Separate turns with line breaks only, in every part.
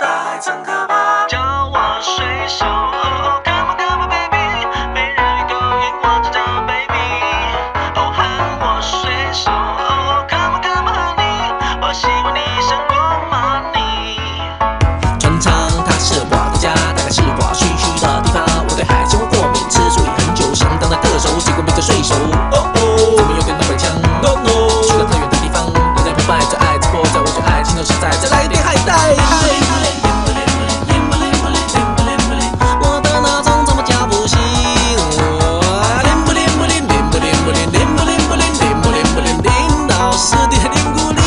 带整个吧，叫我水手。Oh, oh, come on, come on, baby，没人勾引我知道，baby。哦，喊我水手。Oh, come on, come on, honey，我希望你胜过 money。船舱它是我的家，大概是我需去的地方。我对海鲜过敏，吃素已很久，相当的特熟，结果变成水手。哦哦，怎么又跟老板腔？No no，去了特远的地方，人在澎湃，最爱直播，哦在我最爱心头实在，再来一杯海带。我的闹钟怎么叫不醒我？铃不铃不铃，铃不铃不铃，铃不铃不铃，铃不铃不铃，铃到十点铃不铃。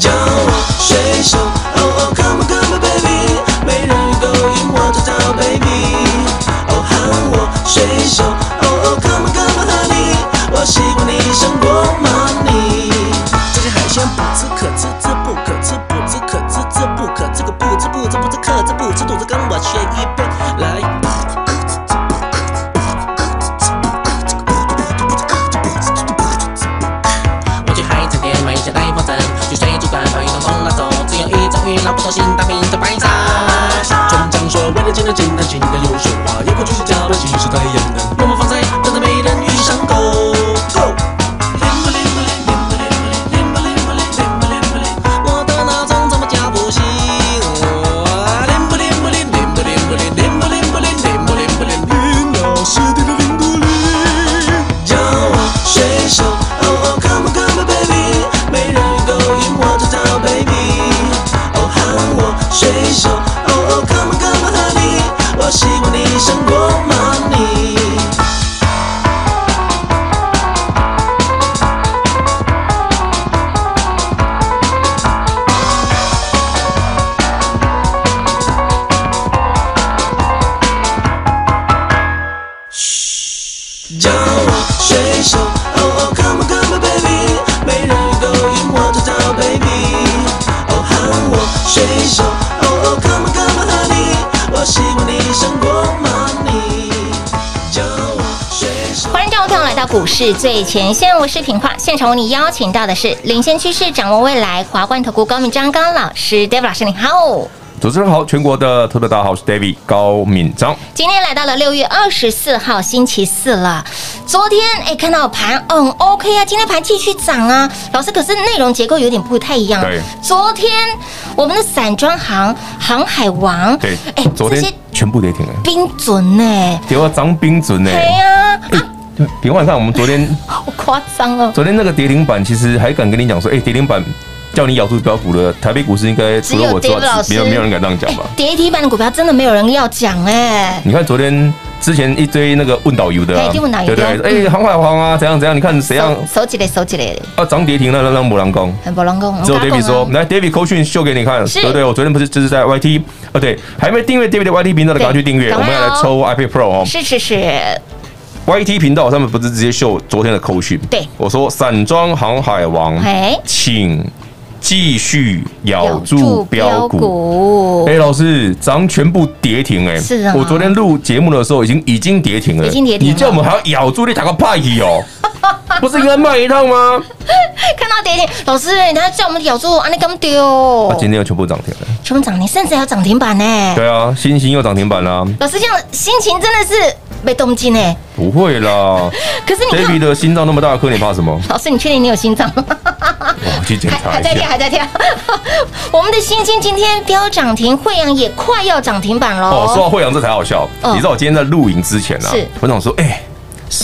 叫我水手，哦哦，come on come on baby，没人勾引我找找 baby，哦喊我水手，哦哦，come on come on honey，我希望你胜过 money。这些海鲜不吃可吃，这不可吃，不吃可吃，这不可吃，个不吃不吃不吃可吃不吃，肚子跟我学一遍来。我去海产店买一些带风筝，去水族馆把鱼统统拿走，只有一种鱼捞不走，新大名的白鲨。船长说，为了简单简单，请单有说话，也不去睡觉，但其实太阳能。默默放在等待美人鱼上钩。Go！我的闹钟怎么叫不醒我？铃不铃不铃，铃不铃不铃，铃不铃不铃，铃不铃不铃，铃到十点的铃不铃。叫我水手，哦哦，come on come on baby，没人勾引我找找 baby，哦喊我水手，哦哦，come on come on honey，我希望你胜过 money。叫我水手，哦哦，come on come on baby，没人勾引我找找 baby，哦喊我水手，哦哦，come on come on honey，我希望你胜过 money。叫我水手。
欢迎各位朋友来到股市最前线，我是品化。现场为你邀请到的是领先趋势、掌握未来华冠投顾高敏章高老师，David 老师，你好。
主持人好，全国的特别大家好，我是 David 高敏章。
今天来到了六月二十四号星期四了。昨天哎，看到盘嗯 OK 啊，今天盘继续涨啊。老师，可是内容结构有点不太一样。
对
昨天我们的散装行航海王，
对，
哎，
昨
这
天
些
全部跌停了，
冰准呢、
结果张冰准呢？
对呀、啊，
平晚上我们昨天，
好夸张哦
昨天那个跌停板，其实还敢跟你讲说，哎、跌停板叫你咬住标股的台北股市应该除了我
只
之
有 David 老
外，
师
没有没有人敢这样讲吧？
跌停板的股票真的没有人要讲哎、
你看昨天之前一堆那个问导游的、啊
对，就问导游
对
的
不对？哎、航海王啊，怎样怎样？你看谁样
手手起来，手起来，
啊？涨跌停了，让让母狼公。
很不能够。
只有
我跟他讲
David
啊
说，来 David 扣讯秀给你看，
是
对不对？我昨天不是就是在 YT 啊，对，还没订阅 David 的 YT 频道的，
对
赶快去订阅，
赶
我
快哦
们要来抽 iPad Pro 哦。
是是是，
嗯 YT 频道上面不是直接秀昨天的扣讯，
对
我说散装航海王，
哎，
请继续咬住标股。
股
哎、老师，涨全部跌停哎、
是啊
我昨天录节目的时候已经已经跌停了，
已经跌停了
你叫我们还要咬住你打个派 哦，不是应该卖一趟吗？
哦哎
哎
看到跌停，老师，人家叫我们咬住，啊，你干嘛丢
啊，？今天又全部涨停了。
全部涨停，甚至还有涨停板呢。
对啊，星星又涨停板啦、
老师这样心情真的是被动静哎。
不会 啦
可是你
，David
看，
的心脏那么大颗，你 怕什么？
老师，你确定你有心 脏吗？
我去检
还
查
还
一
在跳，
下。
还在跳。 我们的星星今天飙涨停，惠阳也快要涨停板
哦，说
喽。
到惠阳这才好笑。
嗯
你知道我今天在录影之前啊
是，
我想说，哎、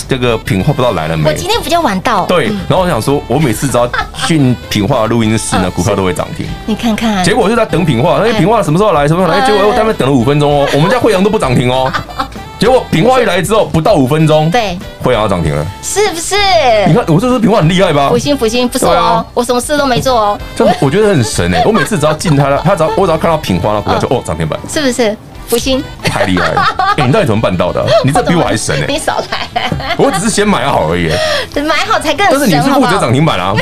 这个品话不知道来了
我
没？
今天嗯比较晚到，
对，然后我想说，我每次只要进品化的录音室
嗯
呢，股票都会涨停。
你看看
结，
嗯
果哎我就在等品化，那品化什么时候来？什么时候来？
哎
结果我在那边等了五分钟哦，我们家惠阳都不涨停哦。结果平话一来之后，不到五分钟，
对，
惠阳要涨停了。
是不是？
你看，我这是平话很厉害吧
福？星福星不错
对
哦
啊，
我什么事都没做哦，
这我觉得很神哎！我每次只要进他的，他只要我只要看到平花那
嗯
股票就哦涨停板，
是不是？福星，
太厉害了！哎，你到底怎么办到的啊？你这比我还神哎！
你少来，
我只是先买好而已欸，
买好才更
但是你
神，
是
好
负
不
责
好
涨？停 板啊，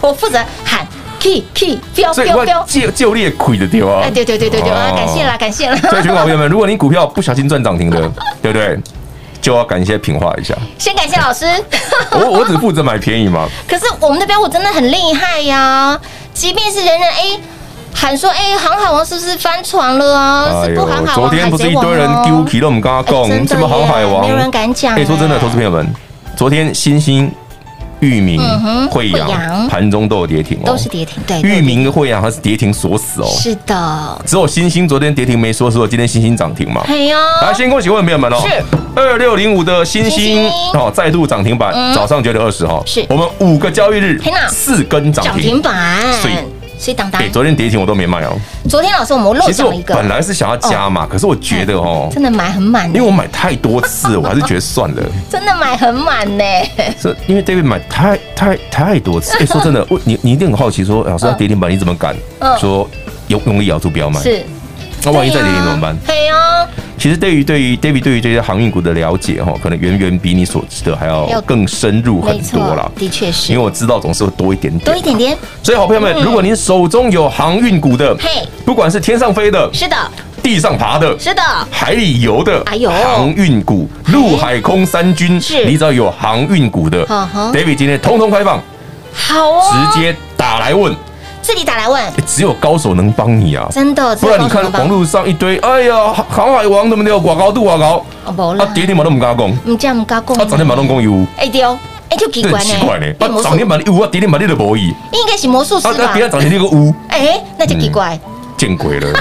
我负责喊 key key 标
所以
标
我
标，
借就列亏的丢啊
哎，！对对对对对啊，
哦
感谢啦感谢啦。
所以，群好朋友们，如 果你股票不小心赚涨停的，对不对？就要感谢平花 一下。
先感谢老师。
我我只负责买便宜嘛，
可是我们的标股真的很厉害呀、即便是人人 A 喊说，哎、航海王是不是翻船了啊？是不航海王，
哎昨天不是一堆人
海贼王
丢
哦
皮了，我们刚刚
哎真
讲
的
什么航海
耶
王，
没有人敢讲
哎，说真的，
哎
投资朋友们，昨天星星、域名
嗯哼、
惠
惠阳
阳盘中都有跌停哦，
都是跌停，对，
域名跟惠阳它是跌停锁死哦，
是的，
只有星星昨天跌停没锁死，今天星星涨停嘛。
哎呦，
来，先恭喜会员朋友们哦！
是
二六零五的星
星星
星哦，再度涨停板，
嗯
早上九点二十号，
是
我们五个交易日
天哪
四根涨
涨
停
停。板，
所以
所以当当
哎，，昨天跌停我都没卖哦，
昨天老师我们漏
其实
讲
我
哦了一个，哎
本来是想要加嘛，可是我觉得哦，
真的买很满
因，为我买太多次，我还是觉得算了，
真的买很满呢，
是因为 David 买太太太 多次。哎、说真的，我你你一定很好奇说老师，那跌停板你怎么敢
嗯
说用用力咬 住不要买？
是。
那万一再跌停怎么办？
对啊哦呀，
其实对于对于 David 对于这些航运股的了解哈，可能远远比你所知的还
要
要更深入
没
很多啦
错。，的确是
因为，我知道总是会多一点
多
点
一，点点，
所以好朋友们，
嗯
如果您手中有航运股的
嘿，
不管是天上飞的、
是的，
地上爬的、
是的，
海里游的，
哎呦哎
航运股、陆海空三军，
是
你只要有航运股的
嗯哼
，David 今天通通开放，
好哦，
直接打来问，
自己打来问，
欸只有高手能帮你啊，
真的，
不然你看
这个
网络上一堆，哎呀，航海王怎么的，广告度啊高，
哦，无
啊
啦，
跌停嘛都唔敢讲，
唔这样唔敢讲，
啊涨停嘛都讲有。
哎对哦，哎就奇
这
怪
很
呢，
奇怪呢，
哎
啊
魔术
涨停板你有啊，跌停板你都无意，
应该是魔术师
啊啊
吧
别？人涨嗯停你个有，
哎，那就奇怪，
见鬼 了，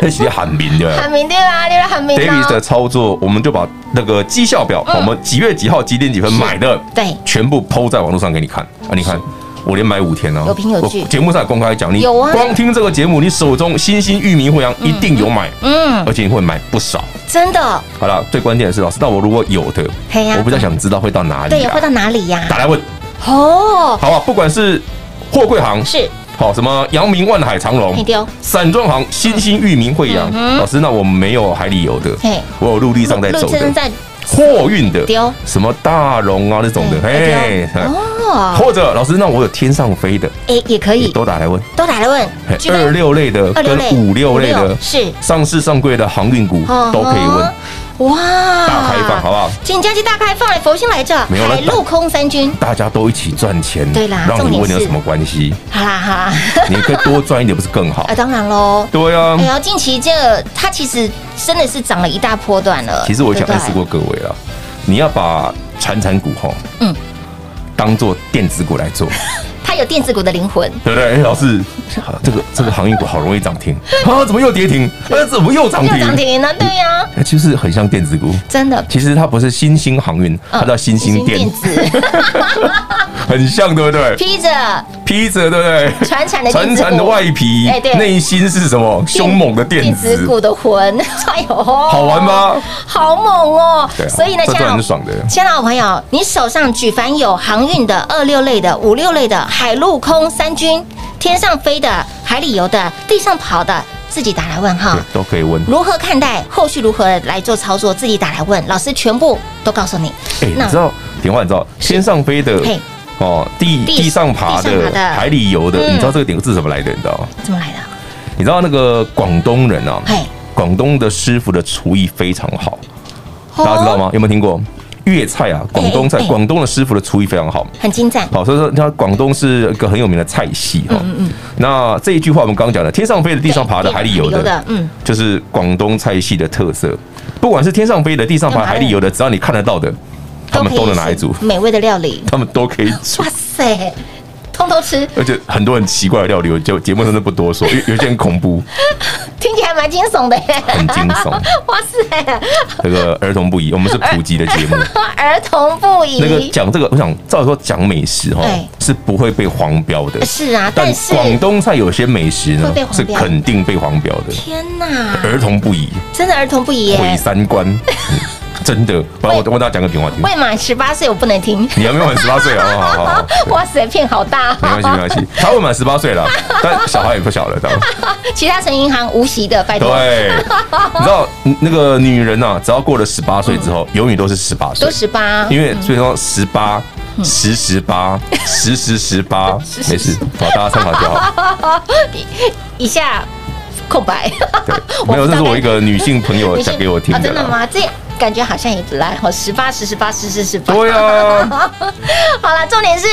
那是喊名的。
喊明对啦，你来喊明
嗯 David 的
啦，
操作，我们就把那个绩效表，
嗯
我们几月几号几点几分买的，
对
全部抛在网络上给你看啊！你看，我连买五天哦，
有凭有据
我节目上也公开讲，你
有啊
光听这个节目，你手中星星、域名、惠阳一定有买，
嗯，
而且你会买不少。
真的，
好了，最关键的是，老师，那我如果有的
嘿哎呀，
我比较想知道会到哪里
对，
啊
会？到哪里呀？
打来问，
哦，
好吧？啊不管是货柜行
是
好，什么阳明、万海、长隆
嘿对哦、
散装行、新兴、裕民、惠阳。
嗯哼
老师，那我们没有海里游的
嘿，
我有陆地上在走
正
的，
在
货运的
对哦，
什么大龙啊那种的，
对
嘿，
对
嘿
哎哦，
或者老师，那我有天上飞的，
哎也可
也
以，
都打来问。
都打来问
嘿，
居然
二六类的
二六
跟
类
五六类
五
的
六，是
上市上柜的航运股
哦
都可以问
哦，哇，
大开放好不好？
请假期大开放，佛心来着，
没有了
海陆空三军，
大家都一起赚钱，
对啦
让
重
你
点
问有
是
什么关系？
好啦好 啦，
你可以多赚一点，不是 更好
啊？当然喽。
对啊
哎，呀，近期这个它其实真的是涨了一大波段了。
其实我想
对
暗
不对
示过各位了，你要把传产股哈，
嗯
嗯，当做电子股来做，
它有电子股的灵魂，
对不对？哎老师，啊这个这个航运股好容易涨停 啊，怎么又跌停？呃，怎么又涨
又涨
停？
停了，对呀、
哎其实很像电子股。
真的。
其实它不是新兴航
嗯
运，它叫新兴电，
子
很像，对不 对？
披着
披着，对不对？
传产的电
船
子
产的
股，
外皮
哎对，
内心是什么？
电
凶猛的电
子
子，
股的魂， 哎呦，好
好玩？吗？
好猛哦！
对啊
所以呢，
这
亲爱
段
的
很爽的
亲爱的好朋友，你手上举凡有航运的二六类的、五六类的、海陆空三军、天上飞的、海里游的、地上跑的，自己打来问哈
对。都可以问。
如何看待后续如何来做操作，自己打来问，老师全部都告诉你。
哎、你知道平花，你知道天上飞的
嘿
哦，地
地
地上爬
地上爬
的
的，
海里游的，
嗯
你知道这个典故是怎么来的？你知道吗？
怎么来的？
你知道那个广东人啊
嘿，
广东的师傅的厨艺非常好，大家知道
哦？
吗？有没有听过粤菜啊？广东
哎
菜
哎，
广东的师傅的厨艺非常好。哦
很精湛，
好，所以说，它广东是一个很有名的菜系哈。那这一句话我们刚刚讲的，天上飞的、地上爬
嗯
的、
对
海里游
海里游
的
的，嗯，
就是广东菜系的特色。不管是天上飞的、地上爬、
干嘛
海里游的，只要你看得到的，他们
可以
都能拿来煮
是，美味的料 理。
他们都可以 煮
哇。塞，通通吃，
而且很多很奇怪的料理，我就节目真的不多说，有有些很恐怖。
听起来蛮惊悚的耶，
很惊悚，
哇塞，
这个儿童不宜，我们是普及的节目。
儿童不宜。
那个讲这个，我想照理说讲美食哈
哎
是不会被黄标的，
是啊，
但
但是
广东菜有些美食呢
会被黄
是
标
肯定被黄标的，
天哪，
儿童不宜，
真的儿童不宜
毁
耶，
三观，嗯 真的。不然我我大家讲个平话听，
未满十八岁我不能听。
你还没有满十八岁哦，好好好，对
哇塞，骗好大、啊
没关系没关系，他未满十八岁了，但小孩也不小了，这样。
其他城银行无息的， 拜托，
对，啊你知道嗯那个女人呐、只要过了十八岁之后，永远都是十八
嗯
岁
都，嗯十八，
因为所以说十八。十十八，十十十八， 没事，好，大家参考就好。
以下空白。
对，
我
没有，这是
大概
我一个女性朋友讲给我听
啊
的
真的
啦。
吗？这感觉好像也不赖哈，十八十十八十十十八。
对啊，
好了，重点是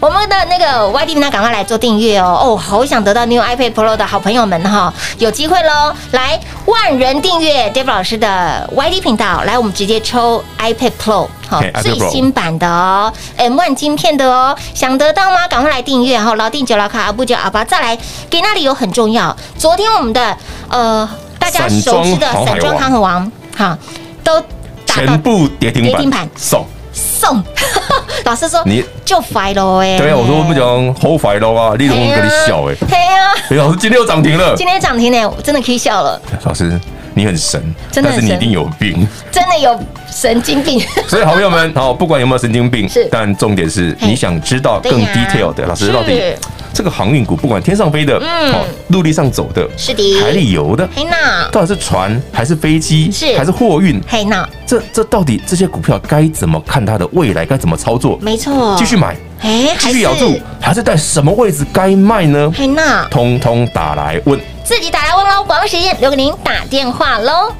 我们的那个 YT 频道，赶快来做订阅哦！哦，好想得到 New iPad Pro 的好朋友们哈、有机会喽！来万人订阅 Dave 老师的 YT 频道，来我们直接抽 iPad Pro 好、
嘿，iPad
最
Pro
新版的哦，M1 晶片的哦，想得到吗？赶快来订阅哈、老定九老卡阿布九阿巴，再来给那里有很重要。昨天我们的呃大家
散
熟
装
知的
航海
散装
王
航海王好都达到
全部跌停
跌停板
板，送。
送。 老师说
你
就烦喽哎。
对啊，我说不讲后怀喽啊，立
嘿
总
呀，
跟你笑哎，
嘿呀，
哎，老师今天又涨停了。
今天涨停呢，我真的可以笑了，
老师，你很神，
真的很
但是你一
神
定有病。
真的有神经病。
所以，好朋友们，好，不管有没有神经病
是，
但重点是
嘿
你想知道更
对呀
detail 的，老师
是
到底这个航运股，不管天上飞的，
嗯
哦，陆地上走的，
是的
海里游的，
嘿娜，
到底是船还是飞机，
是
还是货运？
嘿娜，
这这到底这些股票该怎么看它的未来，该怎么操作？
没错，
继续买，
哎，
继
嗯还
续咬住
是，
还是在什么位置该卖呢？
嘿娜，
通通打来问。
自己打来问喽，广告时间留给您打电话喽。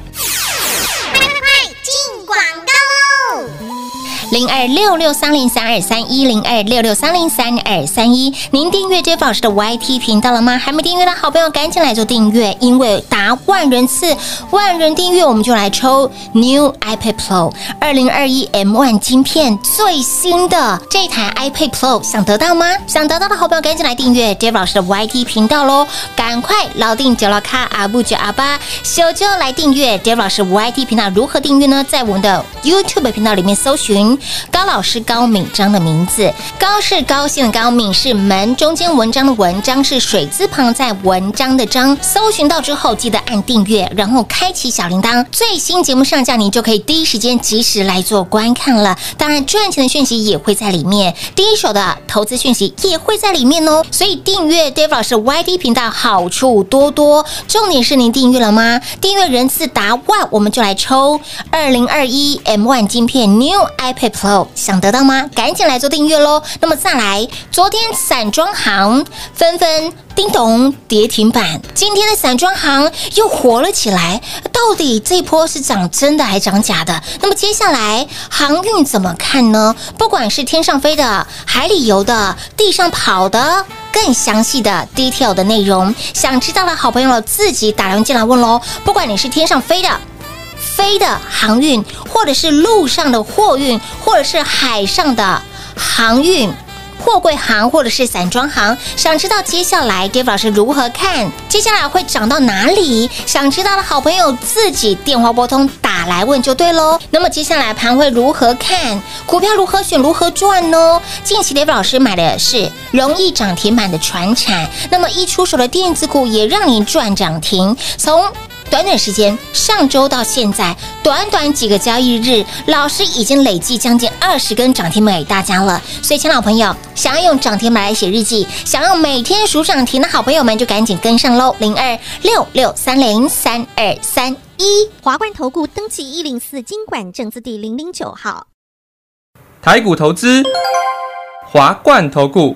零二六六三零三二三一零二六六三零三二三一。您订阅 Jeff 老师的 YT 频道了吗？还没订阅的好朋友赶紧来做订阅，因为达万人次、万人订阅，我们就来抽 New iPad Pro 二零二一 M1 晶片最新的这台 iPad Pro，想得到吗？想得到的好朋友赶紧来订阅 Jeff 老师的 YT 频道喽！赶快老定九老卡阿布九阿巴，小就来订阅 Dave 老师 YT 频道。如何订阅呢？在我们的 YouTube 频道里面搜寻高老师高敏章的名字，高是高兴的高，敏是门中间文章的文，章是水字旁在文章的章。搜寻到之后，记得按订阅，然后开启小铃铛，最新节目上架，你就可以第一时间及时来做观看了。当然，赚钱的讯息也会在里面，第一手的投资讯息也会在里面哦。所以订阅 Dave 老师 YT 频道好处多多，重点是您订阅了吗？订阅人次达万，我们就来抽二零二一 M1 晶片 New iPad Pro，想得到吗？赶紧来做订阅喽！那么再来，昨天散装行纷纷叮咚跌停板，今天的散装行又活了起来。到底这波是涨真的还涨假的？那么接下来航运怎么看呢？不管是天上飞的、海里游的、地上跑的。更详细的 detail 的内容，想知道的好朋友自己打电话进来问喽。不管你是天上飞的、飞的航运，或者是陆上的货运，或者是海上的航运。货柜行或者是散装行，想知道接下来 Dave 老师如何看，接下来会涨到哪里？想知道的好朋友自己电话拨通打来问就对喽。那么接下来盘会如何看？股票如何选？如何赚呢？近期 Dave 老师买的是容易涨停板的船产，那么一出手的电子股也让你赚涨停，从。短短时间，上周到现在，短短几个交易日，老师已经累计将近二十根涨停板给大家了。所以，亲老朋友，想要用涨停板来写日记，想要每天数涨停的好朋友们，就赶紧跟上喽！零二六六三零三二三一。
华冠投顾登记一零四经管证字第零零九号。
台股投资，华冠投顾。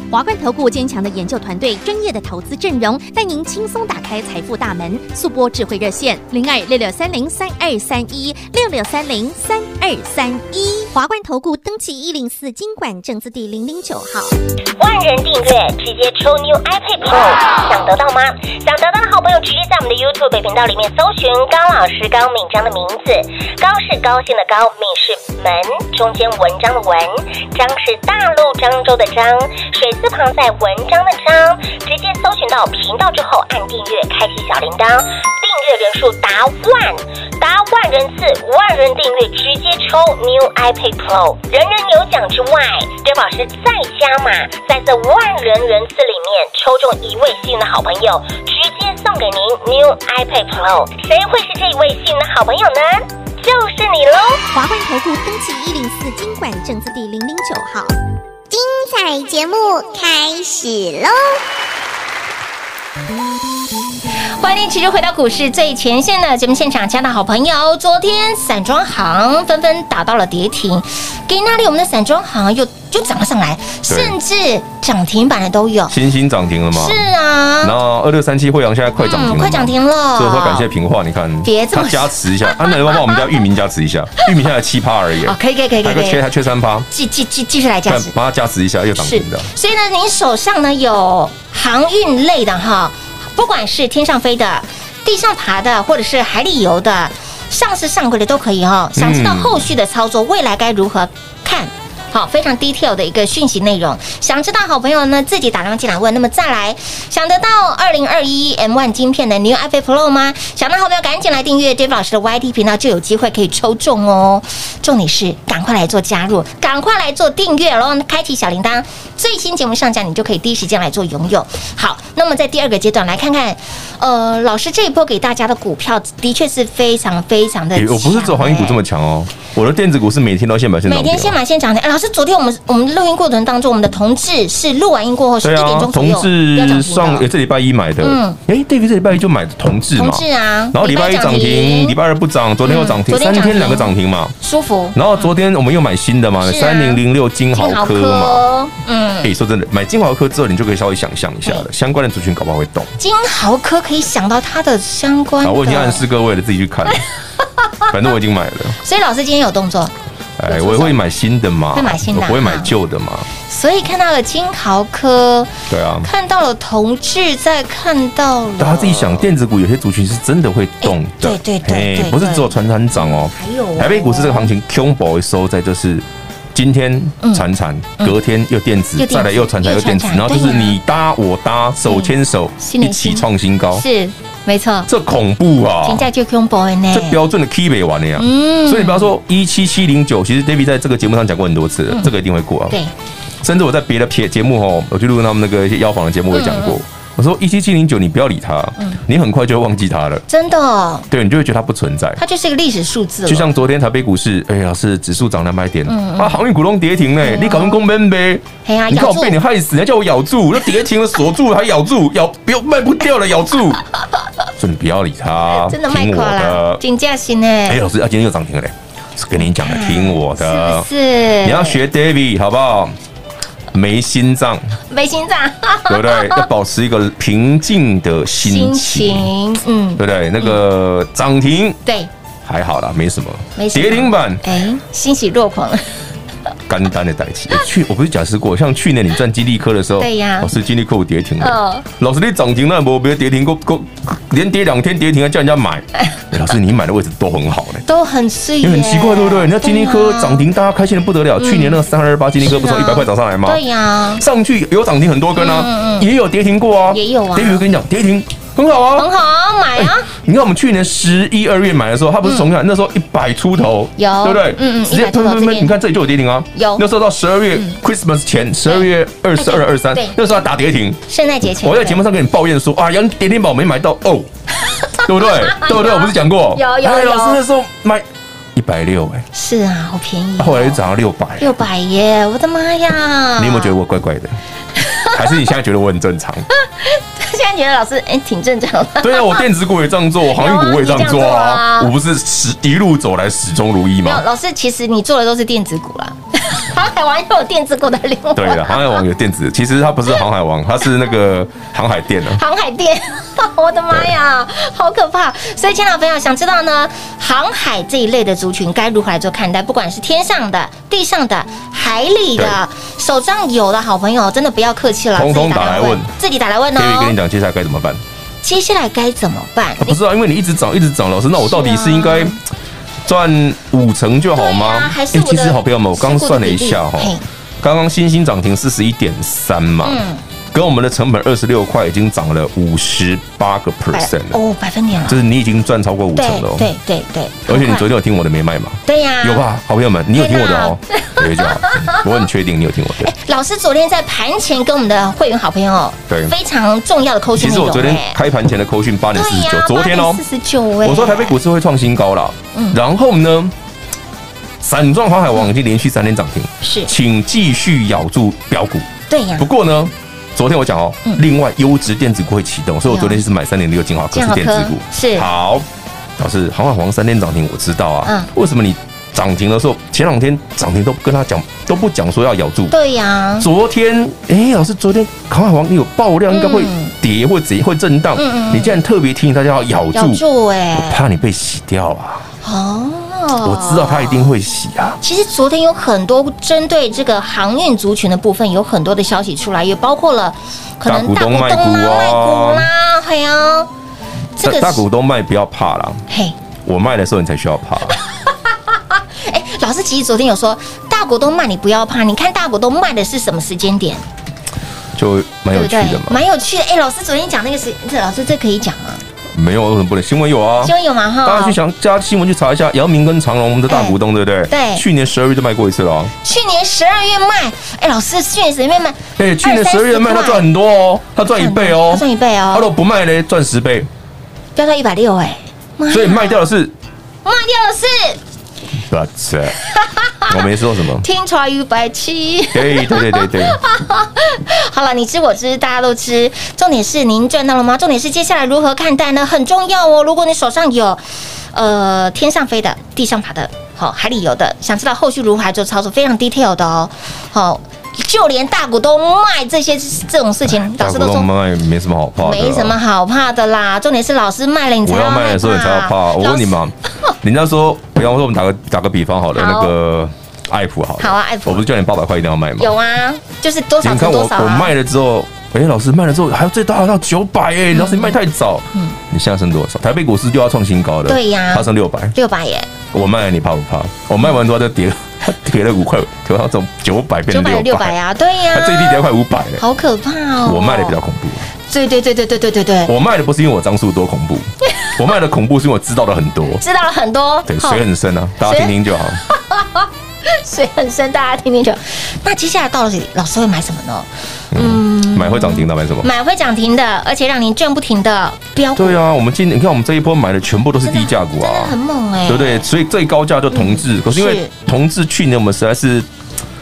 华冠投顾坚强的研究团队，专业的投资阵容，带您轻松打开财富大门。速播智慧热线零二六六三零三二三一六六三零三二三一。华冠投顾登记一零四经管证字第零零九号。
万人订阅直接抽 New iPad Pro，想得到吗？想得到的好朋友直接在我们的 YouTube 频道里面搜寻高老师高敏章的名字，高是高兴的高，敏是门中间文章的文，章是大陆漳州的漳，水字旁在文章的章，直接搜寻到频道之后按订阅，开启小铃铛，订阅人数达万。达万人次、万人订阅，直接抽 New iPad Pro，人人有奖之外，刘老师再加码，在这万人人次里面抽中一位幸运的好朋友，直接送给您 New iPad Pro。谁会是这一位幸运的好朋友呢？就是你喽！
华冠投顾登记一零四经管证字第零零九号。精彩节目开始喽！
欢迎持续回到股市最前线的节目现场，亲爱的好朋友，昨天散装行纷纷打到了跌停，给那里我们的散装行又又涨了上来，
对
甚至涨停板的都有。
新兴涨停了吗？
是啊，
然后二六三七惠阳现在快涨停
嗯，
了、
快涨，停了，
所以我要感谢平化，你看，
别这么
他加持一下，啊安南要不要帮我们家玉明加持 一下？玉明现在七趴而已，
哦，可以可以可以可
还个
以，
缺还缺三趴，
继继继继续来加
但
持。
帮他加持一下又涨
是
停的，，
所以呢，您手上呢有航运类的哈，不管是天上飞的、地上爬的，或者是海里游的，上市上柜的都可以哈。想知道后续的操作，未来该如何看？好，非常 detail 的一个讯息内容，想知道好朋友呢自己打电话进来问。那么再来，想得到二零二一 M One 晶片的 New iPad Pro 吗？想到好朋友赶紧来订阅 Dave 老师的 YT 频道，就有机会可以抽中哦。重点是赶快来做加入，赶快来做订阅，然后开启小铃铛，最新节目上架你就可以第一时间来做拥有。好，那么在第二个阶段来看看，呃，老师这一波给大家的股票的确是非常非常欸的、
诶我不是走航运股这。么强哦，我的电子股是每天都现买现涨
每
停哦，
天先买先涨停。哎，老师，昨天我们我们录音过程当中，我们的同志是录完音过后是
对
一点
啊
钟，左
同
右要涨
志
停的
上诶这礼拜一买的
嗯，
哎，David 这礼拜一就买的同志
同
嘛，
志啊，
然后礼拜一涨停，礼拜二不涨，昨天又涨
嗯昨天
停，三
涨停
天两个涨停嘛。
舒服，
然后昨天我们又买新的嘛，
是啊
三零零六金豪科嘛。
科，嗯，
哎、说真的，买金豪科之后，你就可以稍微想象一下了，相关的族群搞不好会动。
金豪科可以想到它的相关
啊，
的，
我已经暗示各位了，自己 去看。反正我已经买了，
所以老师今天有动作，
哎，我也会买新的嘛，
会买新的啊
我不会买旧的嘛。
所以看到了金豪科，
对啊，
看到了同志，再看到了，
大啊家自己想，电子股有些族群是真的会动的，
哎对对对
哎
对对
不是只有船产涨哦。
还有哦
台北股市这个行情 c o m b o 收在就是今天船产，隔天又电子
嗯又，电子
再来又船产
又
又电子，
传产
然后就是
对啊嗯
你搭我搭，手牵手
心
一
连心
起创新高，
是没错，
这恐怖啊！
评价就 Q boy 呢
这，标准的 key 没完了呀。
嗯
所以你不要说一七七零九，其实 David 在这个节目上讲过很多次了，这个一定会过啊。
嗯对，
甚至我在别的节节目哦，我去录他们那个一些药房的节目，我也讲过，
嗯
我说一七七零九你不要理它，你很快就会忘记它了，
真的哦，
对你就会觉得它不存在。
它就是一个历史数字了，
就像昨天台北股市，哎呀，是指数涨两百点，
嗯
啊，航运股东跌停嘞，你搞成公奔呗？
啊哎呀，
你看
咬
我
住
被你害死，你还叫我咬住，那 跌停了锁住了还咬住，咬不要卖不掉了，咬住， 所以你不要理它，
真的卖
啊听我
垮了
的，。
金价型呢
哎，，老师啊，今天又涨停了嘞，是跟你讲的，听我
哎是
的
不，是？
你要学 David 好不好？没 心脏，
没心脏，
对不对？要保持一个平静的 心
心
情，
情，嗯，
对不对？那个涨停
对，
还好啦，没什么
没，什么
跌停板
哎，欣喜若 狂，
干单的代 替。哎去，我不是解释过，像去年你赚金利科的时候，
对呀
老师金利科我跌停
哦
了，老师你涨停了，我别跌停，够够连跌两天跌停还叫人 家买，哎老师你买的位置都很好嘞。
都很碎
也
耶，
很奇怪，对不对？你看金利科
对啊
涨，停，大家开心的不得了。去年那个三二二八金利科不是
嗯是
一
啊
百块涨上来吗？
对呀，
上去有涨停很多根啊，也有跌停过啊，
嗯也有啊
跌停我跟你讲，跌停很好啊
很。好啊，买啊，
你看我们去年十一二月买的时候，它不是从那时候一百出头，
嗯有
对不对？
嗯嗯
直接
100出头这边
你看这里就有跌停啊。
有嗯
那时候到十二月 Christmas 前，十二月二十二、二三
对，
那时候还打跌停。
圣诞节前，
我在节目上跟你抱怨说啊，杨跌停宝没买到 哦，对不对？对不对？我不是讲过？
有有
哎
有
老师那时候买一百六哎。
是啊，好便宜哦，
后来又涨到六百，
六百耶，我的妈呀！
你有没有觉得我怪怪的？还是你现在觉得我很正常？
现在觉得老师哎挺正 常的？
对啊，我电子股也这样做，我航运股我也这样做
有啊你这样做啊
啊，我不是始一路走来始终如一
没有，
吗？
老师其实你做的都是电子股啦， 航海王又有电子股的灵魂，
对了，航海王有电子，其实它不是航海王，它是那个航海店啊。
航海店， 我的妈呀，好可怕！所以，亲爱的朋友，想知道呢，航海这一类的族群该如何来做看待？不管是天上的、地上的、海里的，手上有的好朋友，真的不要客气了，
通通
自己
打来问
自己打来问
Terry 跟
哦。
你讲接下来该怎么办？啊
接下来该怎么办？
啊不是啊，因为你一直涨，一直涨，老师，那我到底是应该赚五成就好吗？
啊对啊还是我的
其实好朋友们，我刚刚算了一下哈
持股的比例嘿，
刚刚星星涨停四十一点三嘛，
嗯
跟我们的成本二十六块已经涨了五十八个 percent 了，
哦，百分点了
就，是你已经赚超过五
对
成了哦。
对对对，
而且你
很快
昨天有听我的没卖嘛？
对呀，
有？吧，好朋友们，你有听我的哦，
啊
有就好。 嗯我很确定你有听我的。
老师昨天在盘前跟我们的会员好朋友
对
非常重要的扣
其
讯内
实
容，
我昨天
哎
开盘前的扣讯八点四十九，昨天哦
四，十九嗯哎，
我说台北股市会创新高了，然后呢，散装航海王已经连续三天涨停，
是嗯
请继续咬住标股。
对呀
不，过呢，昨天我讲哦，
嗯
另外优质电子股会启动，所以我昨天就是买三点六金华科
金
是
华
电子股
科，是
好，老师航海王三天涨停，我知道
嗯
啊，为什么你涨停的时候前两天涨停都跟他讲都不讲说要咬住？
对呀，
昨天，哎、老师，昨天航海王你有爆量，应该会
嗯
跌或怎会震荡。
嗯嗯嗯
你竟然特别提醒大家要咬
咬
住，
住哎，
怕你被洗掉啊！
哦，
我知道他一定。会洗啊。
其实昨天有很多针对这个航运族群的部分，有很多的消息出来，也包括了可能
大股东
大
卖
股东啦、
股啊
卖股啦，还有这
大
个
大股东卖不要怕啦，
嘿，
我卖的时候你才需要怕。
哎，老师其实昨天有说，大股东卖你不要怕，你看大股东卖的是什么时间点，
就蛮
对
有
不
趣
对
的？嘛。
蛮有趣的。哎，老师昨天讲那个时，这老师这可以讲吗？
没有为什么不能？新闻有啊
新，闻有吗？哈，
大家去想加新闻去查一下，姚明跟长隆我们的大股东，对不对？
对
去年十二月就卖过一次了哦。
去年十二月卖，哎，老师去年十二月卖，
哎，去年十二月卖他
块
赚很多哦，他赚一倍哦
他。赚一倍
他如
哦，
果不卖呢，赚十倍。
飙到一百六哎，妈呀
所以卖掉的是
卖掉的是
That's it uh，我没说 什么。
听出来一百七。
对对对对对，
好了，你知我知，大家都知。重点是您赚到了吗？重点是接下来如何看待呢？很重要哦。如果你手上有，呃，天上飞的、地上爬的、好、海里游的，想知道后续如何来做操作，非常 detail 的哦。好、就连大股东卖这些这种事情，
哎大
老师
股
都说
东。卖没什么好怕的，
没什么。好怕的啦，重点是老师卖了你才
我要卖
害
的时候你才要怕。我
老
问你
师
嘛，人家说，比方说我们打个打个比方好了，
好
那个爱普好了，
好啊爱普
我不是叫你八百块一定要卖吗？
有啊，就是多少
你
是
看我
多少
我
啊。
卖了之后，哎，老师卖了之后还要最大到九百
嗯
哎，老师你卖太早，你现在剩多少？台北股市又要创新高了，
对呀
它剩六百，
六百耶，
我卖了你怕不怕？我卖完之后它就跌了，它跌了五块，跌到从九百哎变
九百六
成六
百
百，
啊，对呀、
它最低跌到快五百了。
好可怕哦。
我卖的比较，恐怖。
对对对对对对对对，
我卖的不是因为我张数多恐 怖，我卖的恐怖是因为我知道的很多，
知道了很多，
对，
好
水很深啊，大家听听就好。
水很深，大家听听就好。那接下来到底老师会买什么呢？
嗯，买会涨停的买什么？
买会涨停的，而且让您赚不停的标股，
对啊，我们今你看我们这一波买的全部都是低价股
真的很
啊，
猛哎、
对不对？？所以最高价就同志，可是因
是
为同志去年我们实在是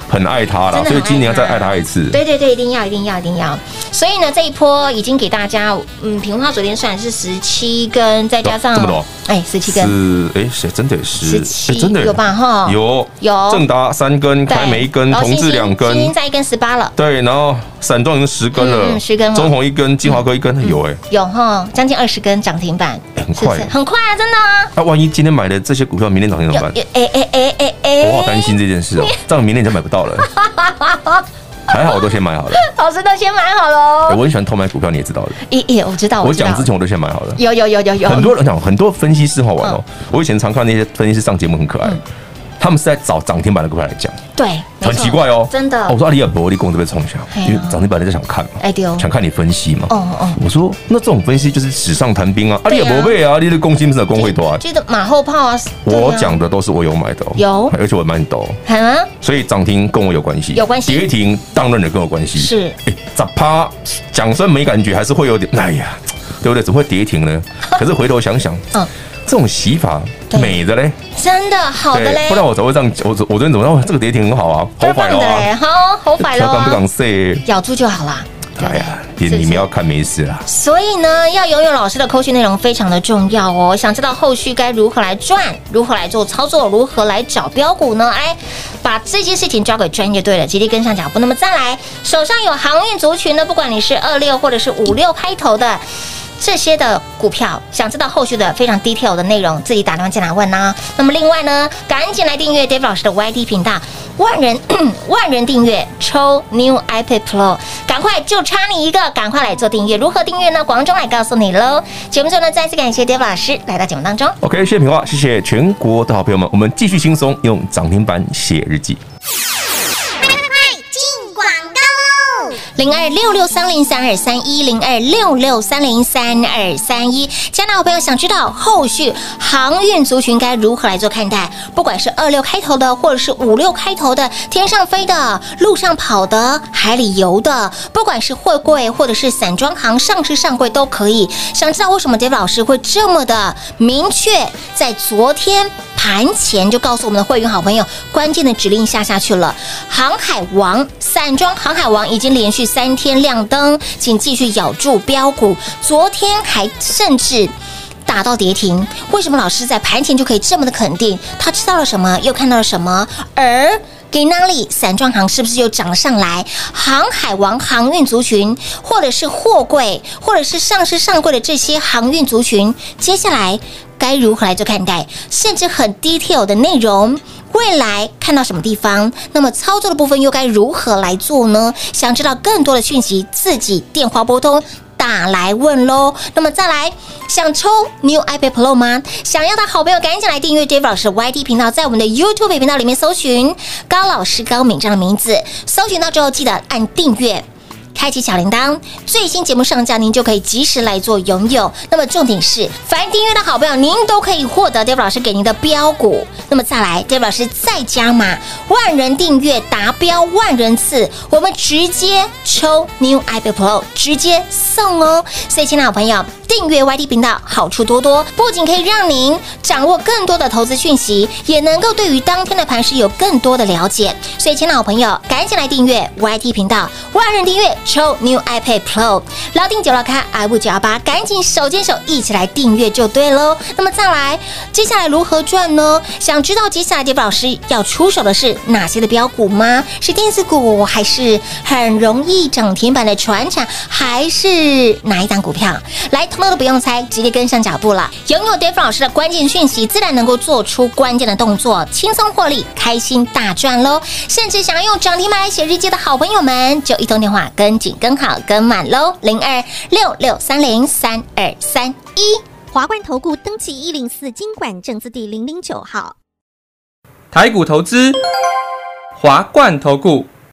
很爱他
真的
啦，
很
所以今年
爱
要
它
再爱他一次。
对对对，一定要，一定要，一定要。所以呢，这一波已经给大家，嗯，平花昨天算是十七根，再加上
这么多，
哎，十七根，
是哎，谁真的也是
17
哎真的耶
有吧哈
有
有
正达三根，
对
开梅一根，
然后
同
星
志
星
两
星
根
星，在一根十八了，
对，然后散装已经十根
嗯
了，
嗯10根了嗯
中红一根，金华哥一根，有哎，
有哈，将近二十根涨停板，
哎很
是不
快
是
耶
很快啊？真的啊，
那、万一今天买的这些股票，明天涨停怎么
有
办？
有哎哎哎哎哎，
我好担心这件事哦、这样明天你就买不到了。还好我都先买好了，
老师都先买好喽
哎。我很喜欢偷买股票，你也知道的。
咦咦，哦我知道，
我
知道
讲之前我都先买好了。
有有有有嗯有
很多人讲，很多分析师好玩哦、我以前常看那些分析师上节目，很可爱。他们是在找涨停板的股票来讲，
对，嗯没
很
错
奇怪哦、
真的
我。说阿里尔伯利共这边冲一下，
嘿啊
因为涨停板人家想看嘛，
哎对哦
想看你分析嘛。
哦哦，
我说那这种分析就是纸上谈兵啊，阿
对
里
啊
尔伯贝啊，你的公斤是的公会多啊。
觉得马后炮啊。对啊
我讲的都是我有买的、哦，
有
而且我蛮懂、哦。
啊，
所以涨停跟我有关系，
有关系
跌停当然也跟我有关系。
是
诶，咋趴讲真没感觉，还是会有点，哎呀，对不对？怎么会跌停 呢？可是回头想想，
嗯
嗯，这种洗法
对
美的嘞，
真的好的嘞
不，然我怎么会这样？我我昨天怎么让这个跌停很好啊，好
棒
反
的
哦
嘞，
啊，
好，好摆了
不
啊，
敢 say，
咬住就好啦。
哎呀，点
是
你们要看没事啦。
所以呢，要拥有老师的扣讯内容非常的重要哦。想知道后续该如何来赚，如何来做操作，如何来找标股呢？哎，把这件事情交给专业队了，极力跟上脚步。那么再来，手上有航运族群呢，不管你是二六或者是五六开头的。这些的股票，想知道后续的非常 detail 的内容，自己打电话进来问啦、那么另外呢，赶紧来订阅 Dave 老师的 YT 频道，万人 万人订阅抽 New iPad Pro，赶快就差你一个，赶快来做订阅。如何订阅呢？广中来告诉你喽。节目最后呢，再次感谢 Dave 老师来到节目当中。
OK，谢谢平话，谢谢全国的好朋友们，我们继续轻松用涨停板写日记。
零二六六三零三二三一零二六六三零三二三一。加拿大好朋友想知道后续航运族群该如何来做看待？不管是二六开头的，或者是五六开头的，天上飞的、路上跑的、海里游的，不管是货柜或者是散装行、上市上柜都可以。想知道为什么 Dave 老师会这么的明确，在昨天盘前就告诉我们的会员好朋友，关键的指令下下去了。航海王、散装航海王已经连续三天亮灯，请继续咬住标股。昨天还甚至。打到跌停，为什么老师在盘前就可以这么的肯定？他知道了什么，又看到了什么？而给那里散装行是不是又涨了上来？航海王航运族群，或者是货柜，或者是上市上柜的这些航运族群，接下来该如何来做看待？甚至很 detail 的内容。未来看到什么地方，那么操作的部分又该如何来做呢？想知道更多的讯息，自己电话拨通。打来问喽，那么再来想抽 New iPad Pro 吗？想要的好朋友赶紧来订阅 Dave 老师的 YT 频道，在我们的 YouTube 频道里面搜寻高老师高敏章的名字，搜寻到之后记得按订阅。开启小铃铛，最新节目上架，您就可以及时来做拥有。那么重点是，凡订阅的好朋友，您都可以获得 Dave 老师给您的标股。那么再来，Dave 老师再加码，万人订阅达标万人次，我们直接抽 New iPad Pro，直接送哦。所以，亲爱的好朋友，订阅 YT 频道好处多多，不仅可以让您掌握更多的投资讯息，也能够对于当天的盘势有更多的了解。所以，亲爱的好朋友，赶紧来订阅 YT 频道，万人订阅抽 New iPad Pro，老定九老咖 i 五九幺八，赶紧手牵手一起来订阅就对喽。那么再来，接下来如何赚呢？想知道接下来 d a 老师要出手的是哪些的标股吗？是电子股，还是很容易涨停板的船产，还是哪一档股票？来，通通都不用猜，直接跟上脚步了。拥有 d a 老师的关键讯息，自然能够做出关键的动作，轻松获利，开心大赚喽！甚至想要用涨停板来写日记的好朋友们，就一通电话跟紧、跟好、跟满喽，零二六六三零三二三一。
华冠投顾登记一零四经管证字第零零九号。
台股投资，华冠投顾。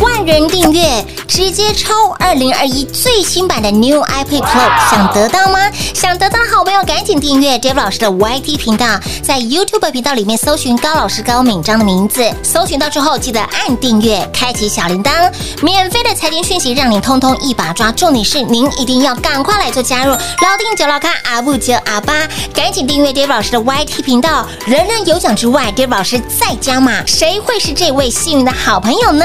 万人订阅，直接抽二零二一最新版的 New iPad Pro，想得到吗？想得到的好朋友赶紧订阅 Dave 老师的 YT 频道，在 YouTube 频道里面搜寻高老师高敏章的名字，搜寻到之后记得按订阅，开启小铃铛，免费的财经讯息让你通通一把抓。重点是您一定要赶快来做加入，老定九老咖阿布九阿八，赶紧订阅 Dave 老师的 YT 频道，人人有奖之外，Dave 老师再加码，谁会是这位幸运的好朋友呢？